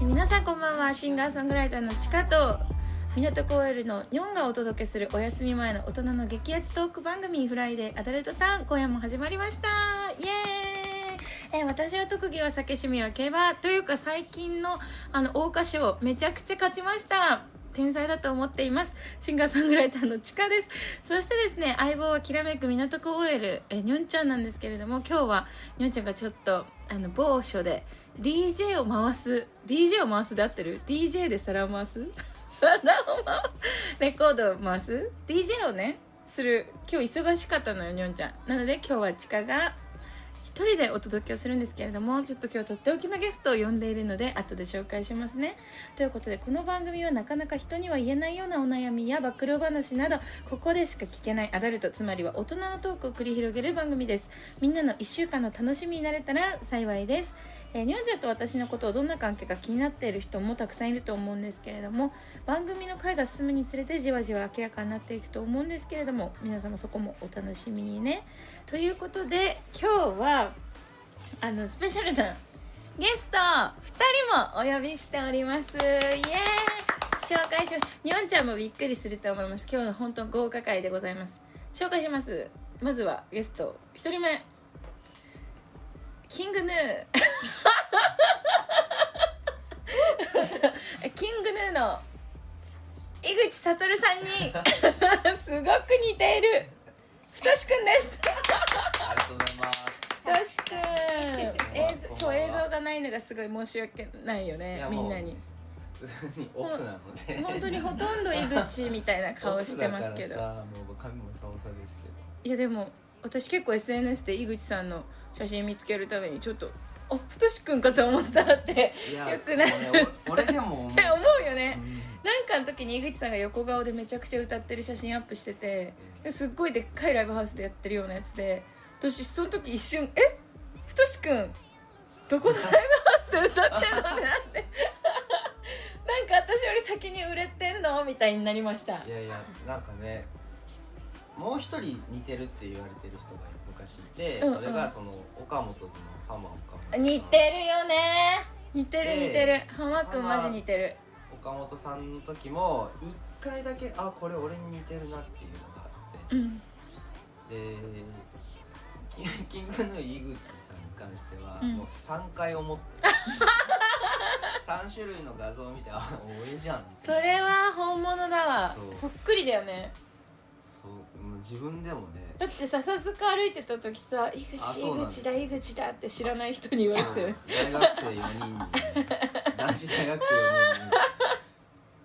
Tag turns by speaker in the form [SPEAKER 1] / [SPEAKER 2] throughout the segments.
[SPEAKER 1] 皆さんこんばんはシンガーソングライターのちかと港公園のニョンがお届けするお休み前の大人の激アツトーク番組「フライデーアダルトターン」今夜も始まりましたイエーイえー私は特技は酒趣味は競馬というか最近のあの桜花賞めちゃくちゃ勝ちました天才だと思っていますシンガーソングライターのちかですそしてですね相棒はきらめく港区 OL えにょんちゃんなんですけれども今日はにょんちゃんがちょっとあの某所で DJ を回す DJ を回すで合ってる DJ で皿を回す 皿を回すレコードを回す DJ をねする今日忙しかったのよにょんちゃんなので今日はちかが一人でお届けをするんですけれどもちょっと今日とっておきのゲストを呼んでいるので後で紹介しますねということでこの番組はなかなか人には言えないようなお悩みや暴露話などここでしか聞けないアダルトつまりは大人のトークを繰り広げる番組ですみんなの1週間の楽しみになれたら幸いですえー、にょんちゃんと私のことをどんな関係か気になっている人もたくさんいると思うんですけれども番組の回が進むにつれてじわじわ明らかになっていくと思うんですけれども皆様そこもお楽しみにねということで今日はあのスペシャルなゲスト2人もお呼びしておりますイエーイ紹介しますにょんちゃんもびっくりすると思います今日の本当豪華回でございます紹介しますまずはゲスト1人目キングヌーキングヌーの井口悟さん にすごく似ている太志くんです
[SPEAKER 2] ありがとうございます。
[SPEAKER 1] 太志くん映像
[SPEAKER 2] こん
[SPEAKER 1] 今
[SPEAKER 2] ばんは
[SPEAKER 1] 日映像がないのがすごい申し訳ないよ
[SPEAKER 2] い
[SPEAKER 1] ね
[SPEAKER 2] や
[SPEAKER 1] み
[SPEAKER 2] もうん
[SPEAKER 1] なに
[SPEAKER 2] 普通にオフなので。
[SPEAKER 1] 本当にほとんど井口みたいな顔してますけ
[SPEAKER 2] オフだ
[SPEAKER 1] ど
[SPEAKER 2] からさもう髪もサオサですけど。
[SPEAKER 1] いやでも私結構 SNS で井口さんの写真見つけるためにちょっと「あ太志くんかと思った」って
[SPEAKER 2] いや
[SPEAKER 1] よくない
[SPEAKER 2] もうねお俺でも思う。
[SPEAKER 1] え 思うよね
[SPEAKER 2] うん
[SPEAKER 1] なんかの時に井口さんが横顔でめちゃくちゃ歌ってる写真アップしててですっごいでっかいライブハウスでやってるようなやつで私その時一瞬「えふとしくんどこのライブハウスで 歌ってんの?」ってなってなんか私より先に売れてんのみたいになりました
[SPEAKER 2] いやいやなんかね。もう一人似てるって言われてる人が昔いて、
[SPEAKER 1] うんうん
[SPEAKER 2] それがその岡本との浜岡本
[SPEAKER 1] 似てるよね似てる似てる、
[SPEAKER 2] ええ
[SPEAKER 1] 浜くんマジ似てる
[SPEAKER 2] 岡本さんの時も一回だけあこれ俺に似てるなっていうのがあって、
[SPEAKER 1] うん
[SPEAKER 2] でキングヌー井 口さんに関しては、
[SPEAKER 1] うん
[SPEAKER 2] もう3回思った3種類の画像を見てあ俺じゃん
[SPEAKER 1] それは本物だわそ
[SPEAKER 2] そう
[SPEAKER 1] っくりだよね
[SPEAKER 2] そうもう自分でもね
[SPEAKER 1] だってさ笹塚歩いてた時さ「井
[SPEAKER 2] あ
[SPEAKER 1] 口
[SPEAKER 2] そう
[SPEAKER 1] 井
[SPEAKER 2] なんだ
[SPEAKER 1] 口だ井口だ」って知らない人に言われ
[SPEAKER 2] そう
[SPEAKER 1] て
[SPEAKER 2] 大学生4人に、男子大学生4人に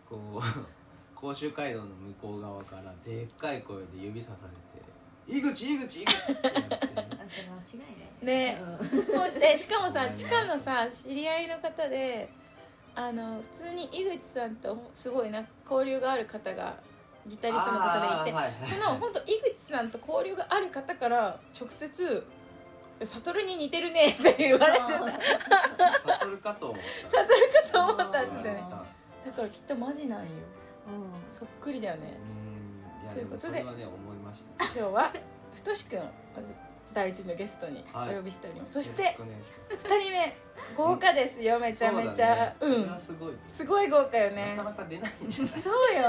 [SPEAKER 2] こう甲州街道の向こう側からでっかい声で指さされて「井口井口井口」ってやってね
[SPEAKER 3] あそれ間違いない
[SPEAKER 1] ねもう でしかもさ地下のさ知り合いの方であの普通に井口さんとすごいな交流がある方がギタリストの方でいて、
[SPEAKER 2] あーはい
[SPEAKER 1] その本当井口さんと交流がある方から直接「悟に似てるね」 って言われて
[SPEAKER 3] あ
[SPEAKER 2] 悟るかと 思った
[SPEAKER 1] 悟かと思ったっつってね
[SPEAKER 3] あ
[SPEAKER 1] だからきっとマジなんよ
[SPEAKER 3] ーうん
[SPEAKER 1] そっくりだよね
[SPEAKER 2] うんいや
[SPEAKER 1] ということで
[SPEAKER 2] もそれはね思いました
[SPEAKER 1] 今日はふとしくんまず第一のゲストにお呼びしております、そし
[SPEAKER 2] よろ
[SPEAKER 1] て
[SPEAKER 2] くお願いし
[SPEAKER 1] 2人目豪華ですよめ
[SPEAKER 2] ます
[SPEAKER 1] ちゃめちゃ
[SPEAKER 2] そ
[SPEAKER 1] う
[SPEAKER 2] うだねこれ
[SPEAKER 1] ん
[SPEAKER 2] はすごい
[SPEAKER 1] すごい豪華よね
[SPEAKER 2] なかなか出ないんじゃない
[SPEAKER 1] そうよ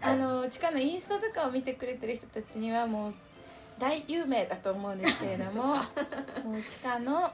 [SPEAKER 1] あの地下のインスタとかを見てくれてる人たちにはもう大有名だと思うんですけれども もう地下の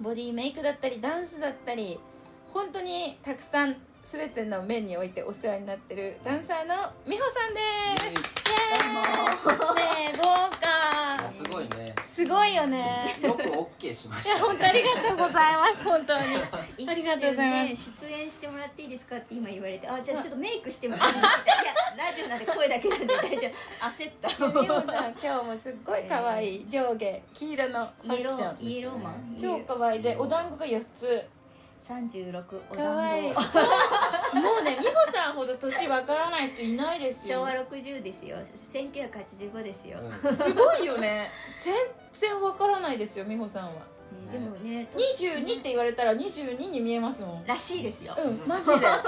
[SPEAKER 1] ボディメイクだったりダンスだったり本当にたくさん全ての面においてお世話になってるダンサーの美穂さんですイエーイねえ豪
[SPEAKER 2] いや
[SPEAKER 1] 華
[SPEAKER 2] すごいね
[SPEAKER 1] すごいよね
[SPEAKER 2] よく OK しま
[SPEAKER 1] い
[SPEAKER 2] し
[SPEAKER 1] や
[SPEAKER 2] た
[SPEAKER 1] 本当ありがとうございます本当に
[SPEAKER 3] 一
[SPEAKER 1] ありがとうございます
[SPEAKER 3] 瞬ね出演してもらっていいですかって今言われてあじゃあちょっとメイクしてもらっていいですかいやラジオなんで声だけなんで大丈夫
[SPEAKER 1] 美
[SPEAKER 3] 焦
[SPEAKER 1] 穂
[SPEAKER 3] っ
[SPEAKER 1] さん今日もすっごい可愛い上下黄色のフ
[SPEAKER 3] た
[SPEAKER 1] ァ
[SPEAKER 3] イ
[SPEAKER 1] ッシ
[SPEAKER 3] エロ
[SPEAKER 1] ョ
[SPEAKER 3] ー
[SPEAKER 1] ン
[SPEAKER 3] イエローマン
[SPEAKER 1] 超可愛いでお団子が4つ
[SPEAKER 3] 三十六お
[SPEAKER 1] 可愛い
[SPEAKER 3] 団
[SPEAKER 1] も
[SPEAKER 3] 子
[SPEAKER 1] うね美穂さんほど年わからない人いないです
[SPEAKER 3] 昭
[SPEAKER 1] よ
[SPEAKER 3] 和六十ですよ千九百八十五ですよ、ね
[SPEAKER 2] うん
[SPEAKER 1] すごいよね全然わからないですよ美穂さんは
[SPEAKER 3] でもね
[SPEAKER 1] 22って言われたら22に見えますもん
[SPEAKER 3] らしいですよ、
[SPEAKER 1] うんマジで本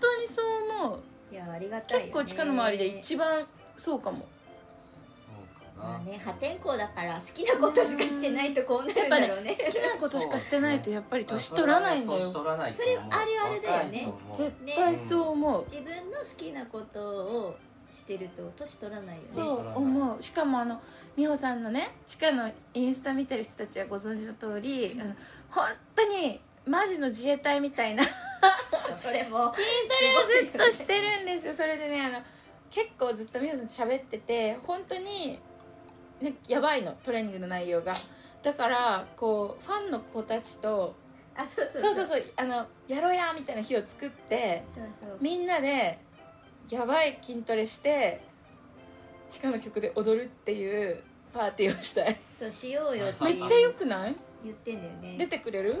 [SPEAKER 1] 当にそう思う
[SPEAKER 3] いやありがたいよ、
[SPEAKER 1] 結
[SPEAKER 3] ね、
[SPEAKER 1] 構地下の周りで一番そうかも
[SPEAKER 2] そうかなな
[SPEAKER 3] まあね破天荒だから好きなことしかしてないとこうなるんだろうね
[SPEAKER 1] 好きなことしかしてないとやっぱり年取らないんだ
[SPEAKER 2] 年
[SPEAKER 1] よ
[SPEAKER 2] 取らないと思う
[SPEAKER 3] それあるあるだよね
[SPEAKER 2] 若い
[SPEAKER 1] 絶
[SPEAKER 2] と思
[SPEAKER 1] 対そう思う、
[SPEAKER 3] 自分の好きなことをしてると年取らないよね
[SPEAKER 2] そう
[SPEAKER 1] そう思うしかもあの美穂さんのね地下のインスタ見てる人たちはご存知の通りあの本当にマジの自衛隊みたい な
[SPEAKER 3] それも筋
[SPEAKER 1] ずっとしてるんですよそれでねあの結構ずっと美穂さんと喋ってて本当にねやばいのトレーニングの内容がだからこうファンの子たちと
[SPEAKER 3] あそうそう
[SPEAKER 1] そうそうそうあのやろうやみたいな日を作って
[SPEAKER 3] そうそう
[SPEAKER 1] みんなでやばい筋トレして地下の曲で踊るっていうパーティーをしたい
[SPEAKER 3] そうしようよって
[SPEAKER 1] め
[SPEAKER 2] は
[SPEAKER 1] っ
[SPEAKER 2] い
[SPEAKER 1] ちゃよくない
[SPEAKER 3] 言ってんだよね
[SPEAKER 1] 出てくれる
[SPEAKER 2] う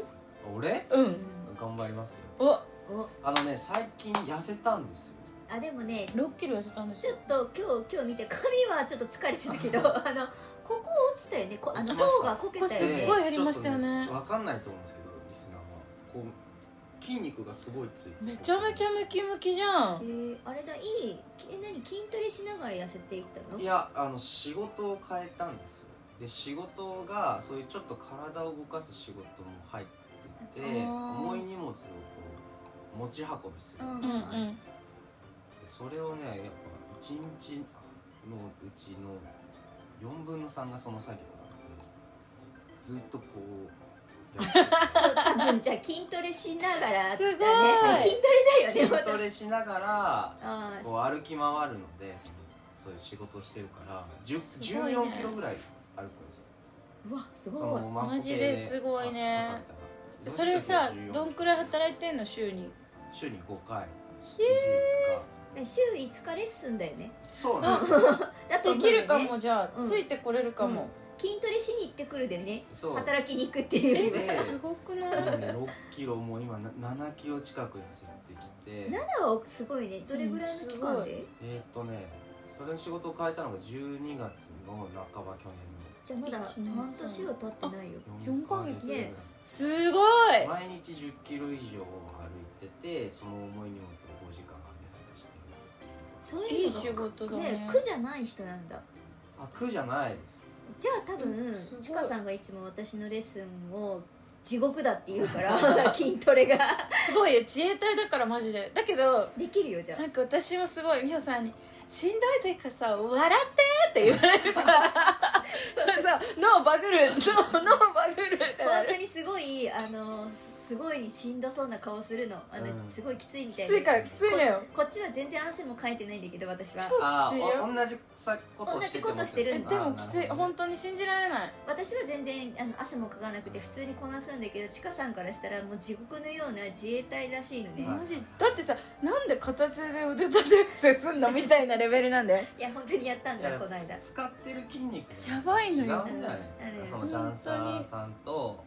[SPEAKER 2] 俺
[SPEAKER 1] う
[SPEAKER 3] うん
[SPEAKER 2] 頑張りますよ
[SPEAKER 1] お
[SPEAKER 3] んお
[SPEAKER 2] あのね最近痩せたんですよ
[SPEAKER 3] あでもね
[SPEAKER 1] 6キロ痩せたんです
[SPEAKER 3] ちょ
[SPEAKER 1] よ
[SPEAKER 3] っと今日今日見て髪はちょっと疲れて たけどあのここ落ちたよねこあの
[SPEAKER 2] 落ちました
[SPEAKER 3] 頬がこけたよ
[SPEAKER 1] すっ
[SPEAKER 3] ね
[SPEAKER 1] ごい減りましたよね
[SPEAKER 2] ちょっとわかんないと思うんですけどリスナーはこう筋肉がすごいついて
[SPEAKER 1] めちゃめちゃムキムキじゃん
[SPEAKER 3] えー、あれだいいえ何筋トレしながら痩せていったの
[SPEAKER 2] いやあの仕事を変えたんですよで仕事がそういうちょっと体を動かす仕事も入ってて
[SPEAKER 3] あー
[SPEAKER 2] 重い荷物をこう持ち運びする
[SPEAKER 3] うん
[SPEAKER 1] う
[SPEAKER 2] で
[SPEAKER 1] んうん
[SPEAKER 2] それをねやっぱ1日のうちの4分の3がその作業なんでずっとこうやって
[SPEAKER 3] そう多分じゃあ筋トレしながらだね
[SPEAKER 1] すご い
[SPEAKER 3] 筋トレだよね
[SPEAKER 2] 筋トレしながら
[SPEAKER 3] あ
[SPEAKER 2] こう歩き回るのでそのそういう仕事をしてるから10
[SPEAKER 1] すごいね
[SPEAKER 2] 14キロぐらい歩くんですよ
[SPEAKER 3] うわす
[SPEAKER 2] そ
[SPEAKER 3] ごい
[SPEAKER 2] の万歩計
[SPEAKER 1] マジですごいね
[SPEAKER 2] は測ったら
[SPEAKER 1] それさ
[SPEAKER 2] 40
[SPEAKER 1] どんくらい働いてんの週に
[SPEAKER 2] 週に5回
[SPEAKER 1] ひ
[SPEAKER 2] え
[SPEAKER 3] え週5日レッスンだよね
[SPEAKER 2] そうなんですよ
[SPEAKER 3] だ
[SPEAKER 1] で
[SPEAKER 3] と思うんだ
[SPEAKER 1] き
[SPEAKER 3] よね
[SPEAKER 1] るかもじゃあ、
[SPEAKER 3] うん
[SPEAKER 1] ついてこれるかも、
[SPEAKER 3] 筋トレしに行ってくるだよね
[SPEAKER 2] そう
[SPEAKER 3] 働きに行くっていう
[SPEAKER 2] えね
[SPEAKER 1] すごくない
[SPEAKER 2] でもね6キロもう今な7キロ近く痩せてきて
[SPEAKER 3] 7はすごいねどれぐらいの期間で、
[SPEAKER 2] えーっとねそれの仕事を変えたのが12月の半ば去
[SPEAKER 3] じゃあまだ
[SPEAKER 1] 一年
[SPEAKER 3] 半年は経ってないよ
[SPEAKER 2] 年の
[SPEAKER 1] 四ヶ月
[SPEAKER 2] 四ぐらい
[SPEAKER 3] ね
[SPEAKER 1] すごい
[SPEAKER 2] 毎日1 0キロ以上歩いててその重い荷物を5時間かけたりしてる
[SPEAKER 3] そ
[SPEAKER 1] い
[SPEAKER 3] うい
[SPEAKER 1] いう
[SPEAKER 3] の
[SPEAKER 1] 仕
[SPEAKER 3] が
[SPEAKER 1] 事だね
[SPEAKER 3] ね苦じゃない人なんだ
[SPEAKER 2] あ苦じゃないです
[SPEAKER 3] じゃあ多分
[SPEAKER 1] すごい
[SPEAKER 3] ちかさんがいつも私のレッスンを地獄だって言うから 筋トレが
[SPEAKER 1] すごいよ自衛隊だからマジでだけど
[SPEAKER 3] できるよじゃあ
[SPEAKER 1] なんか私もすごい美穂さんに「しんどい時かさ笑って」って言われるから そう脳バグる脳脳バグるってな
[SPEAKER 3] 本
[SPEAKER 1] る
[SPEAKER 3] 当にすごいあのすごいしんどそうな顔するのあの、
[SPEAKER 2] うん
[SPEAKER 3] すごいきついみた
[SPEAKER 1] き
[SPEAKER 3] い
[SPEAKER 1] つい
[SPEAKER 3] な
[SPEAKER 1] からきついのよ
[SPEAKER 3] こっちは全然汗もかいてないんだけど私は
[SPEAKER 1] 超
[SPEAKER 2] あ
[SPEAKER 1] きついよ
[SPEAKER 2] お同じさことして
[SPEAKER 3] 同じことしてる
[SPEAKER 1] え
[SPEAKER 3] んだ
[SPEAKER 1] でもきつい
[SPEAKER 2] ほ
[SPEAKER 1] 本当に信じられない
[SPEAKER 3] 私は全然あの汗もかかなくて普通にこなすんだけどちかさんからしたらもう地獄のような自衛隊らしいのね、
[SPEAKER 2] うん
[SPEAKER 1] マジだってさなんで片手で腕立て伏せすんのみたいなレベルなんで
[SPEAKER 3] いや本当にやったんだこの間
[SPEAKER 2] 使ってる筋肉が
[SPEAKER 1] やばいのよ
[SPEAKER 2] 違うんじゃないですか
[SPEAKER 3] う
[SPEAKER 2] そ
[SPEAKER 3] ん
[SPEAKER 2] のダンサーさんと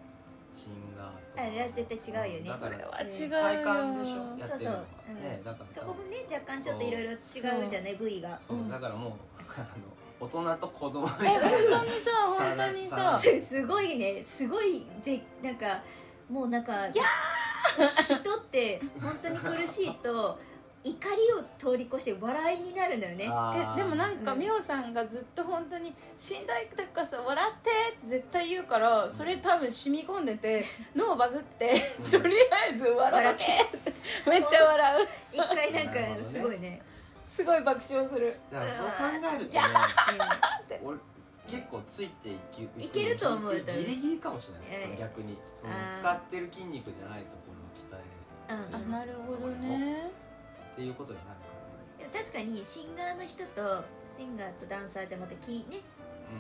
[SPEAKER 2] シンガーと
[SPEAKER 3] あいや絶対違うよね
[SPEAKER 2] だ
[SPEAKER 1] こ
[SPEAKER 2] か
[SPEAKER 1] れ
[SPEAKER 2] ら
[SPEAKER 1] は違うよ
[SPEAKER 2] 体感でしょやってるのは
[SPEAKER 3] そうそううん
[SPEAKER 2] ねだから
[SPEAKER 3] そこもね若干ちょっといろいろ違うじゃない部位が
[SPEAKER 2] そう
[SPEAKER 1] うん
[SPEAKER 2] だからもう あの大人と子供み
[SPEAKER 1] え
[SPEAKER 2] たい
[SPEAKER 1] 本
[SPEAKER 2] な
[SPEAKER 1] 当にさ本当にさ
[SPEAKER 2] さ
[SPEAKER 3] すすごいねすごいぜなんかもうなんかいや人って本当に苦しいと怒りを通り越して笑いになるんだよね
[SPEAKER 2] あー
[SPEAKER 1] えでもなんか
[SPEAKER 3] うん
[SPEAKER 1] 美穂さんがずっと本当に「しんどい時こそ笑って」って絶対言うからそれ多分染み込んでて脳バグって
[SPEAKER 2] うん
[SPEAKER 1] とりあえず笑っとけってめっちゃ笑う
[SPEAKER 3] 一回な
[SPEAKER 2] なる
[SPEAKER 3] ん
[SPEAKER 2] ほど
[SPEAKER 3] か
[SPEAKER 2] ね
[SPEAKER 3] すご いね
[SPEAKER 1] すごい爆笑する
[SPEAKER 2] だからそう考えるとね俺結構ついていけ
[SPEAKER 3] いけると思う
[SPEAKER 2] ギリギリかもしれないです、
[SPEAKER 3] うん
[SPEAKER 2] その逆にその
[SPEAKER 3] あー
[SPEAKER 2] 使ってる筋肉じゃないところを鍛え
[SPEAKER 3] うんうん
[SPEAKER 1] あなるほどね
[SPEAKER 2] るっていうことになるか
[SPEAKER 3] でも確かにシンガーの人とシンガーとダンサーじゃまたきね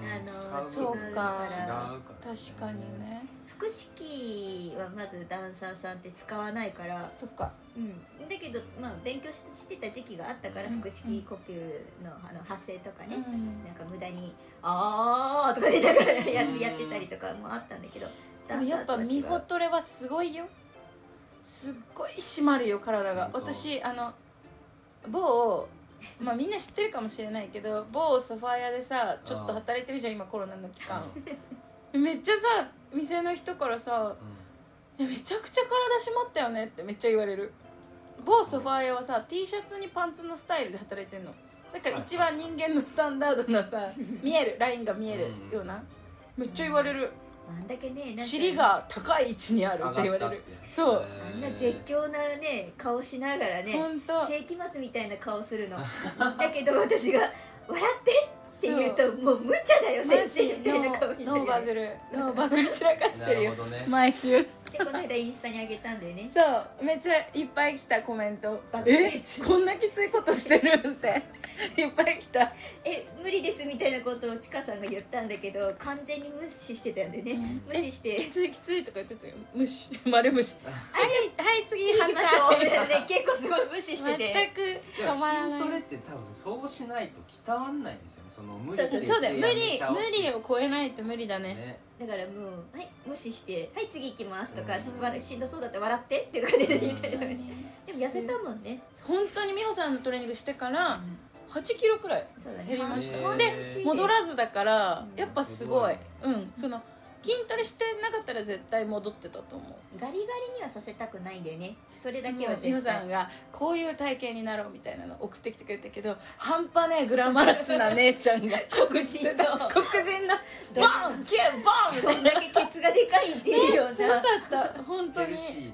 [SPEAKER 2] らね、
[SPEAKER 3] あのー
[SPEAKER 2] 使う部分
[SPEAKER 1] そう
[SPEAKER 2] が
[SPEAKER 1] か
[SPEAKER 2] 違うからね
[SPEAKER 1] 確かにね
[SPEAKER 3] 腹式はまずダンサーさんって使わないから、
[SPEAKER 1] そっか
[SPEAKER 3] うん、だけど、まあ、勉強ししてた時期があったから
[SPEAKER 2] うん
[SPEAKER 3] 腹式呼吸のあの発声とか
[SPEAKER 1] う
[SPEAKER 3] ね、
[SPEAKER 1] ん
[SPEAKER 3] なんか無駄に「あー」とか出ながらや
[SPEAKER 2] うん
[SPEAKER 3] やってたりとかもあったんだけど
[SPEAKER 1] でもやっぱ
[SPEAKER 3] は違う
[SPEAKER 1] 美穂トレはすごいよすっごい締まるよ体が
[SPEAKER 2] 本当
[SPEAKER 1] 私あの某まあみんな知ってるかもしれないけど某ソファー屋でさちょっと働いてるじゃん今コロナの期間
[SPEAKER 2] うん
[SPEAKER 1] めっちゃさ店の人からさ「えめちゃくちゃ体締まったよね」ってめっちゃ言われる某ソファー屋はさ T シャツにパンツのスタイルで働いてんのだから一番人間のスタンダードな さ見えるラインが見えるようなめっちゃ言われる
[SPEAKER 3] あんだけねなんか
[SPEAKER 1] 尻が高い位置にあるって言われるそう
[SPEAKER 3] あんな絶叫なね顔しながらね
[SPEAKER 1] 本当
[SPEAKER 3] 世紀末みたいな顔するのだけど私が 「笑って」って言うともう無茶だよ
[SPEAKER 1] マ
[SPEAKER 3] 先
[SPEAKER 1] ジ
[SPEAKER 3] 生みたいな顔に
[SPEAKER 1] ノーノー
[SPEAKER 3] な
[SPEAKER 1] バ
[SPEAKER 3] る
[SPEAKER 1] グルノーバグル散らかしてるよ
[SPEAKER 2] なるほどね
[SPEAKER 1] 毎週
[SPEAKER 3] でこの間インスタにあげたんだよね
[SPEAKER 1] そうめっちゃいっぱい来たコメント
[SPEAKER 3] バグル
[SPEAKER 1] えこんなきついことしてるって いっぱい来た
[SPEAKER 3] え無理ですみたいなことをちかさんが言ったんだけど完全に無視してたんでね、
[SPEAKER 1] うん
[SPEAKER 3] 無視して
[SPEAKER 1] きついきついとか言ってたよ無視 丸無視
[SPEAKER 3] 「あじゃ
[SPEAKER 1] はい次
[SPEAKER 3] あ行
[SPEAKER 1] 反
[SPEAKER 3] きましょう」み
[SPEAKER 1] 対
[SPEAKER 3] たいなね結構すごい無視してて
[SPEAKER 1] 全く止まらない
[SPEAKER 2] 筋トレって多分そうしないと鍛わんないんですよねその無理
[SPEAKER 3] そうそう
[SPEAKER 1] そうだよ無理無理
[SPEAKER 2] を
[SPEAKER 1] を超えないと無理だね
[SPEAKER 2] ね
[SPEAKER 3] だからもう「はい無視してはい次行きます」とか、
[SPEAKER 2] うん
[SPEAKER 3] し笑しんどそうだったら笑って」ってとかで言ったりとかね
[SPEAKER 1] で
[SPEAKER 3] で
[SPEAKER 1] も
[SPEAKER 3] も痩
[SPEAKER 1] 痩
[SPEAKER 3] せ
[SPEAKER 1] せ
[SPEAKER 3] た
[SPEAKER 1] た
[SPEAKER 3] もんね
[SPEAKER 1] 本当に美穂さんのトレーニングしてから8キロくらい
[SPEAKER 3] そうだね
[SPEAKER 1] 減りました
[SPEAKER 2] へー
[SPEAKER 3] で
[SPEAKER 1] 戻らずだから
[SPEAKER 3] うん
[SPEAKER 1] やっぱすごい
[SPEAKER 2] す
[SPEAKER 1] うんその筋トレしてなかったら絶対戻ってたと思う
[SPEAKER 3] ガリガリにはさせたくないんだよねそれだけ
[SPEAKER 1] 美
[SPEAKER 3] は
[SPEAKER 1] 穂
[SPEAKER 3] 絶
[SPEAKER 1] さん
[SPEAKER 3] 対
[SPEAKER 1] がこういう体型になろうみたいなの送ってきてくれたけど半端ねえグラマラスな姉ちゃんが
[SPEAKER 3] 黒人の
[SPEAKER 1] 黒人の
[SPEAKER 3] ど
[SPEAKER 1] バンキュンバンみた
[SPEAKER 3] ど
[SPEAKER 1] いなん
[SPEAKER 3] だけケツがでかいってい うよう
[SPEAKER 1] すごか
[SPEAKER 3] な
[SPEAKER 1] った本当
[SPEAKER 2] ヘ
[SPEAKER 1] に
[SPEAKER 2] ルシーな感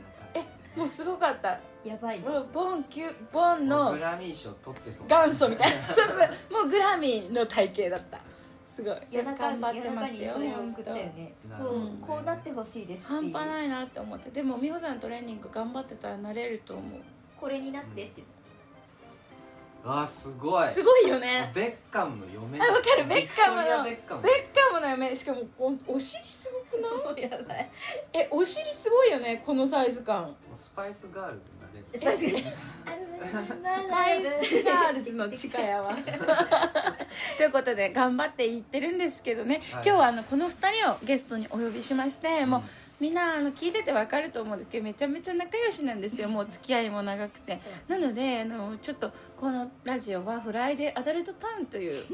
[SPEAKER 1] もうすごかった
[SPEAKER 3] やばいよ
[SPEAKER 1] もうボンキュボン
[SPEAKER 2] じ
[SPEAKER 1] の
[SPEAKER 2] グラミー賞取ってそう
[SPEAKER 1] 元祖みたいなそうそうもうグラミーの体型だったすごい
[SPEAKER 3] 夜中
[SPEAKER 1] 頑
[SPEAKER 3] に
[SPEAKER 1] 張っ
[SPEAKER 3] 夜
[SPEAKER 1] てま
[SPEAKER 3] 中
[SPEAKER 1] す
[SPEAKER 3] に
[SPEAKER 1] よ
[SPEAKER 3] それを送ったよね
[SPEAKER 2] なる
[SPEAKER 3] こ
[SPEAKER 2] ほどね
[SPEAKER 3] うこうなってほしいですってい
[SPEAKER 1] 半端
[SPEAKER 3] う
[SPEAKER 1] ないなって思ってでも美穂さんのトレーニング頑張ってたらなれると思う
[SPEAKER 3] これになってって
[SPEAKER 2] あーすごい
[SPEAKER 1] すごいよね
[SPEAKER 2] ベッカムの嫁
[SPEAKER 1] あわかるベッカムの
[SPEAKER 2] ビクトリアベッカム
[SPEAKER 1] ベッカムの嫁しかもおお尻すごくない
[SPEAKER 3] もう やばい
[SPEAKER 1] えお尻すごいよねこのサイズ感
[SPEAKER 2] スパイスガールズになれる
[SPEAKER 3] スパイスが
[SPEAKER 1] スパイスガールズの近屋は ということで頑張っていってるんですけどね、
[SPEAKER 2] は
[SPEAKER 1] 今
[SPEAKER 2] い
[SPEAKER 1] 日はあのこの2人をゲストにお呼びしまして、もう
[SPEAKER 2] うん
[SPEAKER 1] みんなあの聞いててわかると思うんですけどめちゃめちゃ仲良しなんですよもう付き合いも長くてなのであのちょっとこのラジオは「フライデーアダルトタウン」という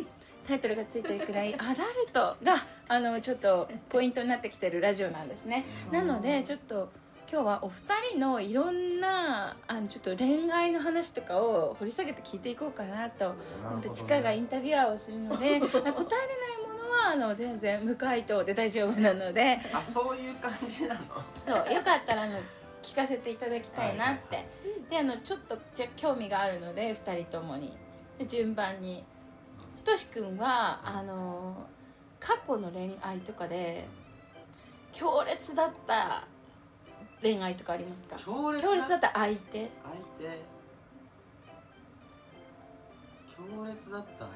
[SPEAKER 1] タイトルがついてるくらいアダルトがあのちょっとポイントになってきてるラジオなんですね
[SPEAKER 3] うん
[SPEAKER 1] なのでちょっと今日はお二人のいろんなあのちょっと恋愛の話とかを掘り下げて聞いていこうかなと
[SPEAKER 2] なる
[SPEAKER 1] 思
[SPEAKER 2] ほ
[SPEAKER 1] っ
[SPEAKER 2] ど
[SPEAKER 1] て
[SPEAKER 2] ね
[SPEAKER 1] チカがインタビュアーをするので答えれないものはあの全然無回答で大丈夫なので。
[SPEAKER 2] あそういう感じなの
[SPEAKER 1] そうよかったらあの聞かせていただきたいなって、
[SPEAKER 2] はい
[SPEAKER 1] であのちょっとじゃ興味があるので2人ともにで順番にふとしくんはあの過去の恋愛とかで強烈だった恋愛とかありますか
[SPEAKER 2] 強烈
[SPEAKER 1] 強烈だ
[SPEAKER 2] な
[SPEAKER 1] った相手
[SPEAKER 2] 相手強烈だった相手か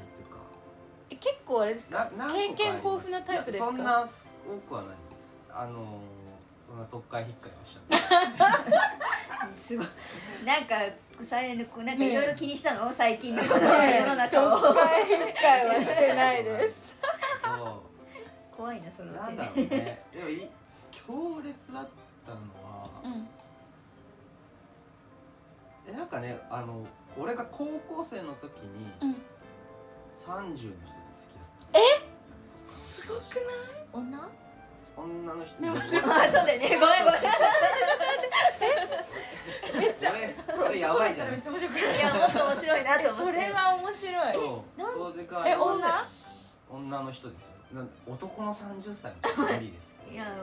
[SPEAKER 1] え結構あれですか
[SPEAKER 2] な何個かあります
[SPEAKER 1] 経験豊富なタイプですか
[SPEAKER 2] いやそんな多くはないですあのーそんな特会引っかいはしちゃっ
[SPEAKER 3] すごいなんか最のこうなんかいろいろ気にしたの最近のこの世の中
[SPEAKER 1] 特
[SPEAKER 3] を
[SPEAKER 1] 会変会はしてないです
[SPEAKER 2] たけど
[SPEAKER 3] 怖いなその手
[SPEAKER 2] なんだろうねでもい強烈だったのは、
[SPEAKER 1] うん
[SPEAKER 2] えなんかねあの俺が高校生の時に
[SPEAKER 1] うん
[SPEAKER 2] 30の人と付き
[SPEAKER 1] すごくない
[SPEAKER 3] 女あ
[SPEAKER 2] 合った女の人
[SPEAKER 1] ね
[SPEAKER 2] 女
[SPEAKER 3] そうだよねごめんごめん
[SPEAKER 1] めっちゃ
[SPEAKER 2] これこれやばいじゃな
[SPEAKER 1] め
[SPEAKER 2] いで
[SPEAKER 1] っ
[SPEAKER 2] す
[SPEAKER 1] ちゃ面白
[SPEAKER 2] か
[SPEAKER 1] くない
[SPEAKER 3] いやもっと面白いなと思って
[SPEAKER 1] それは面白い
[SPEAKER 2] そう
[SPEAKER 3] なん
[SPEAKER 2] それが
[SPEAKER 1] え女
[SPEAKER 2] 女の人ですよなん男の30歳の無理です
[SPEAKER 3] いや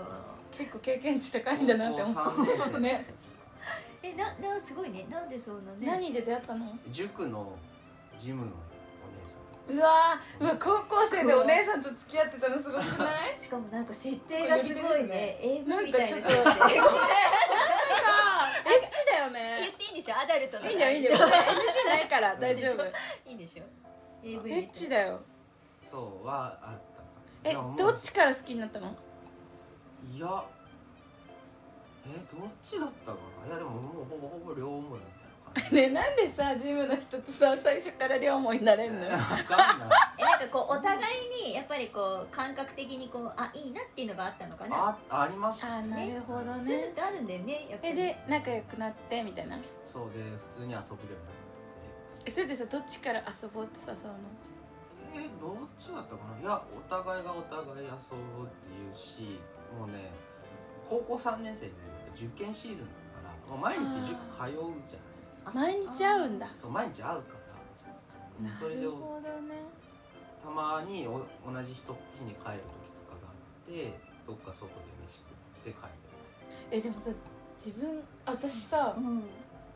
[SPEAKER 1] 結構経験値高いんだなって思
[SPEAKER 2] 高校三年
[SPEAKER 1] う
[SPEAKER 2] 生
[SPEAKER 1] ね
[SPEAKER 3] えななすごいねなんでそんなね
[SPEAKER 1] 何で出会ったの
[SPEAKER 2] 塾のジムのお姉さ
[SPEAKER 1] うわーうわ高校生でお姉さんと付き合ってたのすごく ない
[SPEAKER 3] しかもなんか設定がすごいね AV みたい
[SPEAKER 1] な
[SPEAKER 3] な
[SPEAKER 1] んかちょっと
[SPEAKER 3] 設定
[SPEAKER 1] さあエッチだよ
[SPEAKER 3] 言
[SPEAKER 1] ね
[SPEAKER 3] っていいんでしょアダルトの
[SPEAKER 1] いいんじゃんいいん じゃん NG ない から大丈夫
[SPEAKER 3] いいんでしょ
[SPEAKER 1] エ
[SPEAKER 3] AV
[SPEAKER 1] ッチだよ
[SPEAKER 2] んそうはあったかな
[SPEAKER 1] え
[SPEAKER 2] いやもう
[SPEAKER 1] どっちから好きになったの
[SPEAKER 2] いやえどっちだったかないやでももうほぼほぼ両思いみたいな感じ
[SPEAKER 1] ねなんでさジムの人とさ最初から両思いになれんの
[SPEAKER 2] 分かんない
[SPEAKER 3] えなんかこうお互いにやっぱりこう感覚的にこうあいいなっていうのがあったのかな
[SPEAKER 2] あありました
[SPEAKER 1] あなるほど
[SPEAKER 3] そういうの
[SPEAKER 1] ね
[SPEAKER 3] ってあるんだよねやっぱ
[SPEAKER 1] え
[SPEAKER 3] り
[SPEAKER 1] で仲良くなってみたいな
[SPEAKER 2] そうで普通に遊ぶよ
[SPEAKER 1] えそれでさどっちから遊ぼうって誘うの
[SPEAKER 2] うになってえどっちだったかないやお互いがお互い遊ぶっていうしもうね高校3年生で受験シーズンだから、まあ毎日塾通うじゃないですか
[SPEAKER 3] あ
[SPEAKER 1] 毎日会うんだ
[SPEAKER 2] そう毎日会うから
[SPEAKER 1] な
[SPEAKER 2] それで
[SPEAKER 1] るほどね
[SPEAKER 2] たまにお同じ日と日に帰る時とかがあってどっか外で飯食って帰る
[SPEAKER 1] えでもさ自分私さ
[SPEAKER 3] うん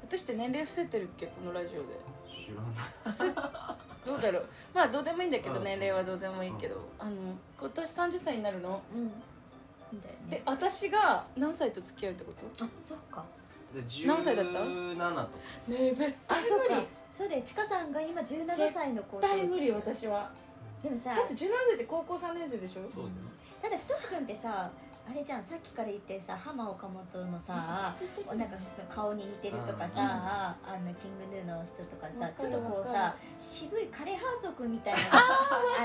[SPEAKER 1] 私って年齢伏せてるっけこのラジオで
[SPEAKER 2] 知らない
[SPEAKER 1] どうだろうまあどうでもいいんだけど
[SPEAKER 2] うん
[SPEAKER 1] 年齢はどうでもいいけどあの今年30歳になるの
[SPEAKER 3] うんだよね
[SPEAKER 1] で私が何歳と付き合うってこと
[SPEAKER 3] あそっか
[SPEAKER 2] で
[SPEAKER 1] 何歳だった
[SPEAKER 2] 17とか
[SPEAKER 1] ねえ絶
[SPEAKER 3] あそう
[SPEAKER 1] 無
[SPEAKER 3] か
[SPEAKER 1] 理
[SPEAKER 3] そうだよちかさんが今17
[SPEAKER 1] 絶
[SPEAKER 3] 歳の子と
[SPEAKER 1] 対無理私は
[SPEAKER 3] でもさ
[SPEAKER 1] だって17歳って高校3年生でしょ
[SPEAKER 2] そうだよ
[SPEAKER 3] ただふとしくんってさあれじゃんさっきから言ってるさ浜岡本のさなんか顔に似てるとかさ、あのキングヌーの人とか
[SPEAKER 1] わ
[SPEAKER 3] さ
[SPEAKER 1] かる
[SPEAKER 3] ちょっとこう
[SPEAKER 1] わか
[SPEAKER 3] さ渋い枯葉族みたいな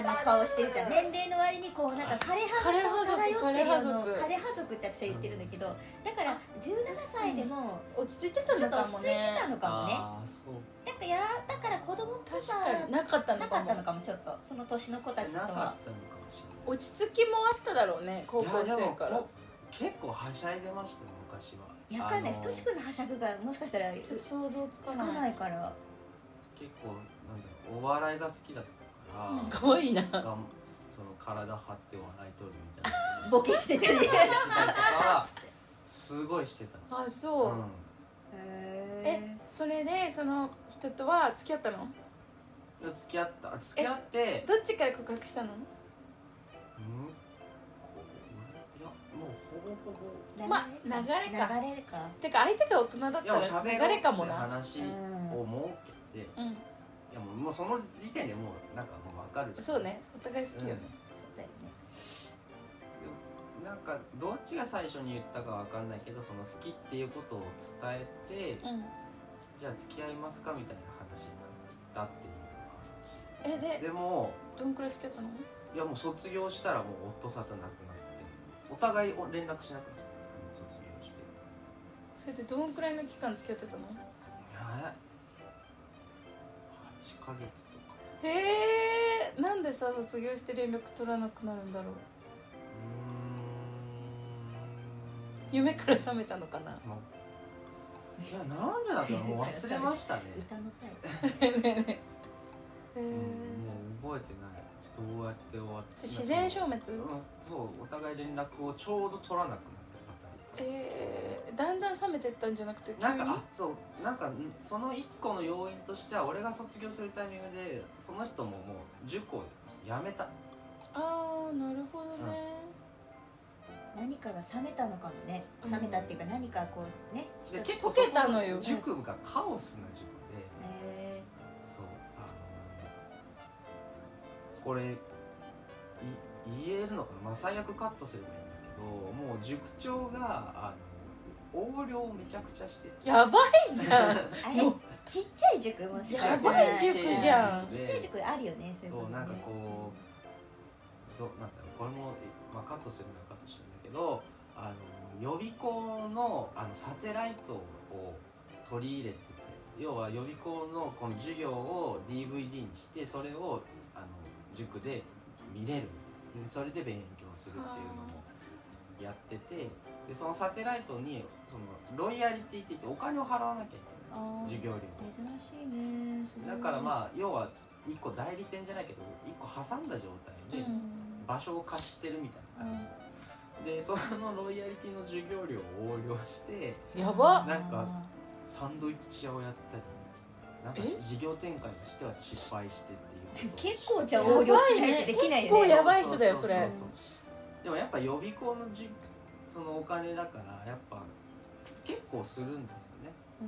[SPEAKER 3] あの顔してるじゃん年齢の割にこうなんか
[SPEAKER 1] 枯
[SPEAKER 3] 枯
[SPEAKER 1] 葉
[SPEAKER 3] 葉
[SPEAKER 1] 族
[SPEAKER 3] 族漂ってるよ
[SPEAKER 1] 枯
[SPEAKER 3] うな
[SPEAKER 1] 葉族
[SPEAKER 3] 枯葉族って私は言ってるんだけどだから17歳でも
[SPEAKER 1] 落ち着いてた
[SPEAKER 3] ちょ
[SPEAKER 1] の
[SPEAKER 3] っと
[SPEAKER 1] かも
[SPEAKER 3] 落ち着いて
[SPEAKER 1] ね
[SPEAKER 3] たのかもね
[SPEAKER 2] ああそう
[SPEAKER 3] なんかやらだから子供っぽ
[SPEAKER 1] 確
[SPEAKER 3] さ
[SPEAKER 1] かになかったの
[SPEAKER 3] な
[SPEAKER 1] か
[SPEAKER 3] かった
[SPEAKER 1] も
[SPEAKER 3] のかもちょっとその年の子たちと
[SPEAKER 2] なかったの
[SPEAKER 3] は
[SPEAKER 2] かもしれない
[SPEAKER 1] 落ち着きもあっただろうね高校
[SPEAKER 2] いやでも
[SPEAKER 1] 生から
[SPEAKER 2] こ結構はしゃいでましたよ昔は
[SPEAKER 3] やわかんない
[SPEAKER 2] あの
[SPEAKER 3] ふとしくんのはしゃぐがもしかしたら
[SPEAKER 1] ちょっと想像つ
[SPEAKER 3] つ
[SPEAKER 1] か
[SPEAKER 3] か
[SPEAKER 1] な
[SPEAKER 3] ないいから
[SPEAKER 2] 結構なんだろうお笑いが好きだったから、
[SPEAKER 3] うん
[SPEAKER 1] 可愛いな
[SPEAKER 2] がんその体張って笑いとるみたいな
[SPEAKER 3] ボケしてたり
[SPEAKER 2] したりとかはすごいしてた
[SPEAKER 1] あそう、
[SPEAKER 2] ん、
[SPEAKER 1] えそれでその人とは付き合ったの
[SPEAKER 2] で付き合ったあ付き合って
[SPEAKER 1] どっちから告白したの
[SPEAKER 2] うんこういやもうほぼほぼ
[SPEAKER 3] 流れ
[SPEAKER 1] まあ流れか
[SPEAKER 3] 流れか
[SPEAKER 1] てか相手が大人だっ
[SPEAKER 2] い
[SPEAKER 1] た
[SPEAKER 2] やもう喋
[SPEAKER 1] ら
[SPEAKER 2] ろう
[SPEAKER 1] 流れかも
[SPEAKER 2] って
[SPEAKER 1] な
[SPEAKER 2] 話を設けて、い
[SPEAKER 1] うん
[SPEAKER 2] やもうもうその時点でもうなんかもう分かるじゃん
[SPEAKER 1] そうねお互い好きよね、
[SPEAKER 3] そうだよね
[SPEAKER 2] うんなんかどっちが最初に言ったかわかんないけどその好きっていうことを伝えて
[SPEAKER 1] うん
[SPEAKER 2] じゃあ付き合いますかみたいな話になったっていう
[SPEAKER 1] え
[SPEAKER 2] 感じ
[SPEAKER 1] で
[SPEAKER 2] でも
[SPEAKER 1] どんくらい付き合ったの
[SPEAKER 2] いやもう卒業したらもう夫沙汰なくなってお互い連絡しなくなって卒業して
[SPEAKER 1] それでどんくらいの期間付き合ってたの
[SPEAKER 2] え8ヶ月とか
[SPEAKER 1] へえなんでさ卒業して連絡取らなくなるんだろう
[SPEAKER 2] うーん
[SPEAKER 1] 夢から覚めたのかな
[SPEAKER 2] まいやなんでだったらもう忘れましたね
[SPEAKER 3] 歌のタイプ
[SPEAKER 1] ねえねえへ
[SPEAKER 2] うん
[SPEAKER 1] え
[SPEAKER 2] もう覚えてないどうやって終わって
[SPEAKER 1] 自然消滅
[SPEAKER 2] うんそうお互い連絡をちょうど取らなくなったパターン
[SPEAKER 1] えー、だんだん冷めてったんじゃなくて急に
[SPEAKER 2] なんかあそうなんかんその一個の要因としては俺が卒業するタイミングでその人ももう塾を辞めた
[SPEAKER 1] あーなるほどね、
[SPEAKER 3] 何かが冷めたのかもね冷めたっていうか何かこうね一
[SPEAKER 2] で
[SPEAKER 3] つ
[SPEAKER 2] 結構
[SPEAKER 1] 溶けたのよ
[SPEAKER 2] そこ塾がカオスな塾で
[SPEAKER 3] え
[SPEAKER 2] そうあのこれい言えるのかな、まあ、最悪カットすればいいんだけどもう塾長があの横領をめちゃくちゃしてて
[SPEAKER 1] やばいじ ゃん
[SPEAKER 3] ーあれ
[SPEAKER 1] もう
[SPEAKER 3] ちっちゃい塾もしか
[SPEAKER 1] やばい塾じゃん
[SPEAKER 2] で
[SPEAKER 3] ちっちゃい塾あるよねそういう
[SPEAKER 2] そう
[SPEAKER 3] こと
[SPEAKER 2] なんか
[SPEAKER 3] ね
[SPEAKER 2] こうどなんだろうこれも、まあ、カットするのはカットしてるんだけどあの予備校のあのサテライトを取り入れてて要は予備校のこの授業を DVD にしてそれをあの塾で見れるでそれで勉強するっていうのもやっててでそのサテライトにそのロイヤリティって言ってお金を払わなきゃいけないんですよ授業料を。
[SPEAKER 3] 珍しいねそれ
[SPEAKER 2] だ
[SPEAKER 3] は
[SPEAKER 2] からまあ要は一個代理店じゃないけど一個挟んだ状態で
[SPEAKER 1] うん
[SPEAKER 2] 場所を貸してるみたいな感じ、でそのロイヤリティの授業料を横領して
[SPEAKER 1] やば
[SPEAKER 2] なんかサンドイッチ屋をやったりなんか
[SPEAKER 1] え
[SPEAKER 2] 事業展開としては失敗してっていうことを
[SPEAKER 3] 結構じゃあ横領しないとできない
[SPEAKER 1] 結構
[SPEAKER 3] よ
[SPEAKER 1] や
[SPEAKER 3] ね
[SPEAKER 1] ばい人だよ
[SPEAKER 2] ううううでもやっぱ予備校のじそのお金だからやっぱ結構するんですよ